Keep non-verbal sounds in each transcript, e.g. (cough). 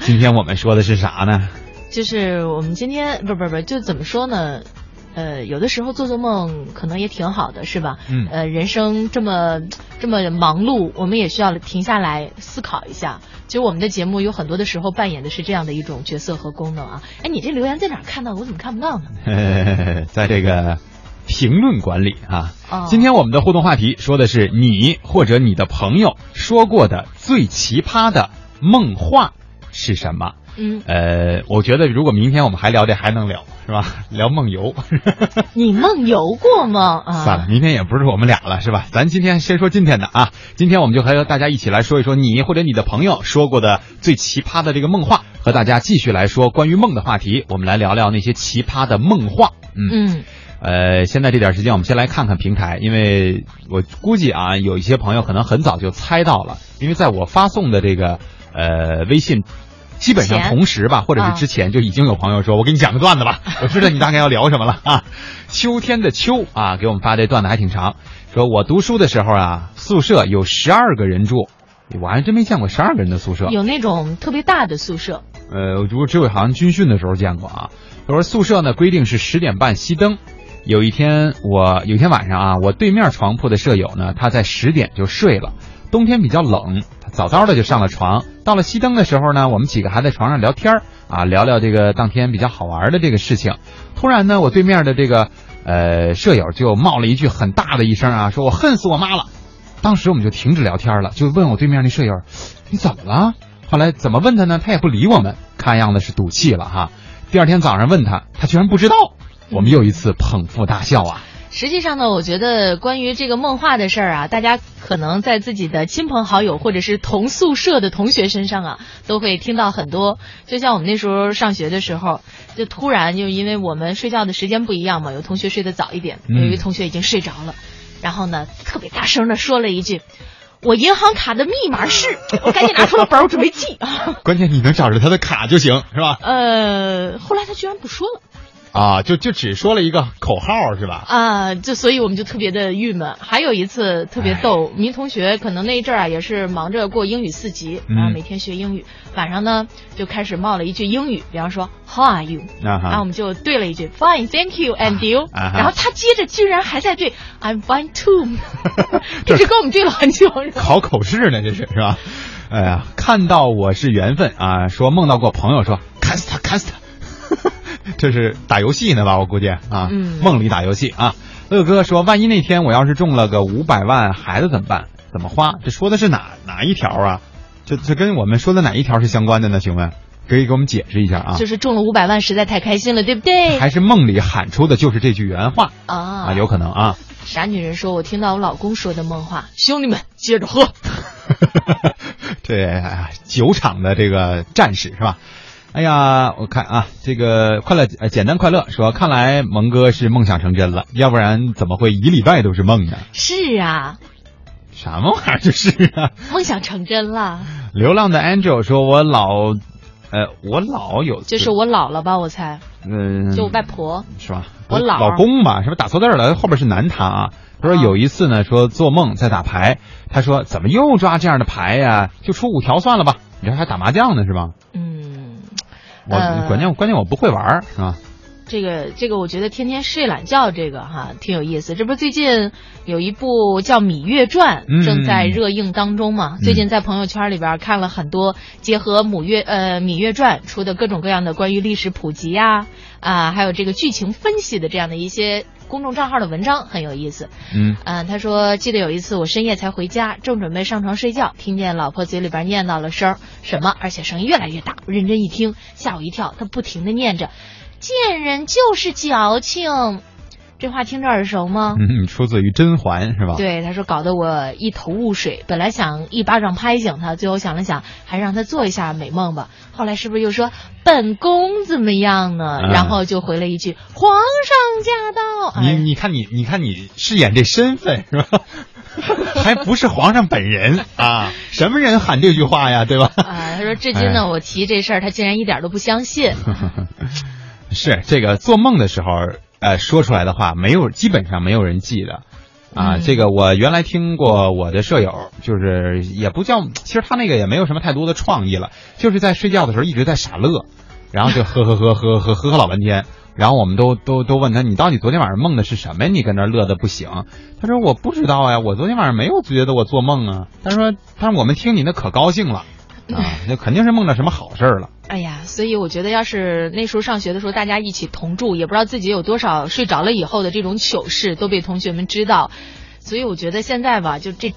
今天我们说的是啥呢？就是我们今天不不不，就怎么说呢？呃，有的时候做做梦可能也挺好的，是吧？嗯呃，人生这么这么忙碌，我们也需要停下来思考一下。其实我们的节目有很多的时候扮演的是这样的一种角色和功能啊。哎，你这留言在哪儿看到的？我怎么看不到呢？呃， (laughs) 在这个评论管理啊。哦今天我们的互动话题说的是你或者你的朋友说过的最奇葩的梦话是什么？嗯，呃，我觉得如果明天我们还聊这还能聊是吧？聊梦游， (laughs) 你梦游过吗？啊，算了，明天也不是我们俩了是吧？咱今天先说今天的啊，今天我们就和大家一起来说一说你或者你的朋友说过的最奇葩的这个梦话，和大家继续来说关于梦的话题，我们来聊聊那些奇葩的梦话。嗯嗯呃，现在这点时间，我们先来看看平台，因为我估计啊，有一些朋友可能很早就猜到了，因为在我发送的这个呃微信。基本上前同时吧，或者是之前就已经有朋友说：“我给你讲个段子吧，我知道你大概要聊什么了啊。”秋天的秋啊，给我们发这段子还挺长，说我读书的时候啊，宿舍有十二个人住，我还真没见过十二个人的宿舍。有那种特别大的宿舍，呃，我只有好像军训的时候见过啊。他说宿舍呢规定是十点半熄灯。有一天我有一天晚上啊，我对面床铺的舍友呢，他在十点就睡了。冬天比较冷，他早早的就上了床。到了熄灯的时候呢，我们几个还在床上聊天儿啊，聊聊这个当天比较好玩的这个事情。突然呢，我对面的这个呃舍友就冒了一句很大的一声啊，说我恨死我妈了。当时我们就停止聊天了，就问我对面那舍友：“你怎么了？”后来怎么问他呢？他也不理我们，看样子是赌气了哈。第二天早上问他，他居然不知道。我们又一次捧腹大笑啊！实际上呢，我觉得关于这个梦话的事儿啊，大家可能在自己的亲朋好友或者是同宿舍的同学身上啊，都会听到很多。就像我们那时候上学的时候，就突然就因为我们睡觉的时间不一样嘛，有同学睡得早一点，嗯有一个同学已经睡着了，然后呢，特别大声的说了一句：“我银行卡的密码是……”我赶紧拿出了本儿，我准备记。关键你能找着他的卡就行，是吧？呃，后来他居然不说了啊，就就只说了一个口号是吧？啊，就所以我们就特别的郁闷。还有一次特别逗，哎我们一同学可能那一阵儿啊也是忙着过英语四级，嗯啊每天学英语，晚上呢就开始冒了一句英语，比方说 How are you？啊然后我哈，们就对了一句 Fine, thank you, and you。啊哈然后他接着居然还在对 I'm fine (laughs) too，一直跟我们对了很久。是吧考口试呢，这是是吧？哎呀，看到我是缘分啊！说梦到过朋友说砍死他，砍死他， (laughs) 这是打游戏呢吧？我估计啊，嗯梦里打游戏啊。乐哥说，万一那天我要是中了个五百万，孩子怎么办？怎么花？这说的是哪哪一条啊？这这跟我们说的哪一条是相关的呢？请问，可以给我们解释一下啊？就是中了五百万，实在太开心了，对不对？还是梦里喊出的就是这句原话啊啊？有可能啊。傻女人说，我听到我老公说的梦话，兄弟们接 (laughs) 着喝。这哎酒厂的这个战士是吧？哎呀，我看啊，这个快乐呃简单快乐说，看来蒙哥是梦想成真了，要不然怎么会一礼拜都是梦呢？是啊，什么玩意儿这是 (laughs) 啊？梦想成真了。流浪的 Angel 说，我老，呃，我老有就是我老了吧，我猜，嗯、就我外婆。是吧？我老老公嘛，是不是打错字儿了？后边是男他啊。他说啊有一次呢，说做梦在打牌，他说怎么又抓这样的牌呀、就出五条算了吧。你这还打麻将呢是吧？嗯，我、呃关键关键我不会玩儿是吧？这个这个，我觉得天天睡懒觉这个哈挺有意思。这不是最近有一部叫《芈月传嗯》正在热映当中嘛？嗯最近在朋友圈里边看了很多结合《母月》呃《芈月传》出的各种各样的关于历史普及呀、啊，还有这个剧情分析的这样的一些公众账号的文章，很有意思。嗯，嗯，他说记得有一次我深夜才回家，正准备上床睡觉，听见老婆嘴里边念叨了声儿什么，而且声音越来越大。我认真一听，吓我一跳，她不停的念着：“贱人就是矫情。”这话听着耳熟吗？嗯出自于甄嬛是吧？，对，他说搞得我一头雾水，本来想一巴掌拍醒他，最后想了想，还让他做一下美梦吧。后来是不是又说本宫怎么样呢？嗯然后就回了一句：“皇上驾到。哎”你你看你你看你饰演这身份是吧？ (laughs) 还不是皇上本人 (laughs) 啊？什么人喊这句话呀？对吧？ (laughs) 啊，他说至今呢，我提这事儿，他竟然一点儿都不相信。 (laughs) 是这个做梦的时候，呃，说出来的话没有，基本上没有人记得。啊，嗯这个我原来听过我的舍友，就是也不叫，其实他那个也没有什么太多的创意了，就是在睡觉的时候一直在傻乐，然后就呵呵呵呵呵呵呵老半天，然后我们都都都问他，你到底昨天晚上梦的是什么呀？你跟那儿乐的不行。他说我不知道呀，我昨天晚上没有觉得我做梦啊。他说，他说我们听你那可高兴了啊，那肯定是梦着什么好事儿了。哎呀，所以我觉得，要是那时候上学的时候，大家一起同住，也不知道自己有多少睡着了以后的这种糗事都被同学们知道，所以我觉得现在吧，就这，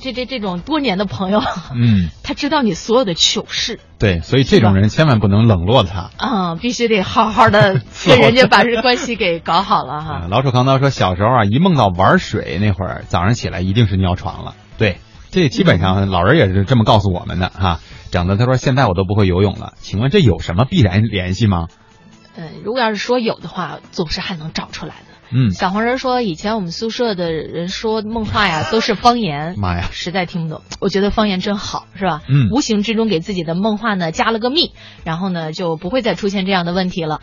这这这种多年的朋友， (laughs) 嗯，他知道你所有的糗事对，所以这种人千万不能冷落他。啊、必须得好好的跟人家把这关系给搞好了啊哈。，老鼠扛刀说，小时候啊，一梦到玩水那会儿，早上起来一定是尿床了。对，这基本上老人也是这么告诉我们的哈、整的他说现在我都不会游泳了，请问这有什么必然联系吗？嗯，如果要是说有的话，总是还能找出来的。嗯，小黄人说，以前我们宿舍的人说梦话呀，都是方 (laughs) 言。妈呀，实在听不懂。我觉得方言真好，是吧？嗯无形之中给自己的梦话呢加了个密，然后呢就不会再出现这样的问题了。